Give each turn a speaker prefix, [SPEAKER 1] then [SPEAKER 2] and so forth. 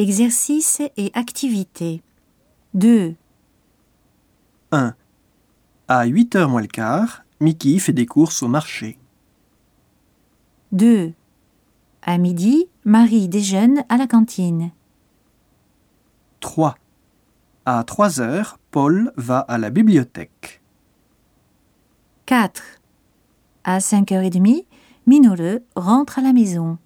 [SPEAKER 1] Exercice et activités. 2,
[SPEAKER 2] 1. À 8h moins le quart, Mickey fait des courses au marché.
[SPEAKER 1] 2. À midi, Marie déjeune à la cantine.
[SPEAKER 2] 3. À 3h, Paul va à la bibliothèque.
[SPEAKER 1] 4. À 5h30, Minoru rentre à la maison.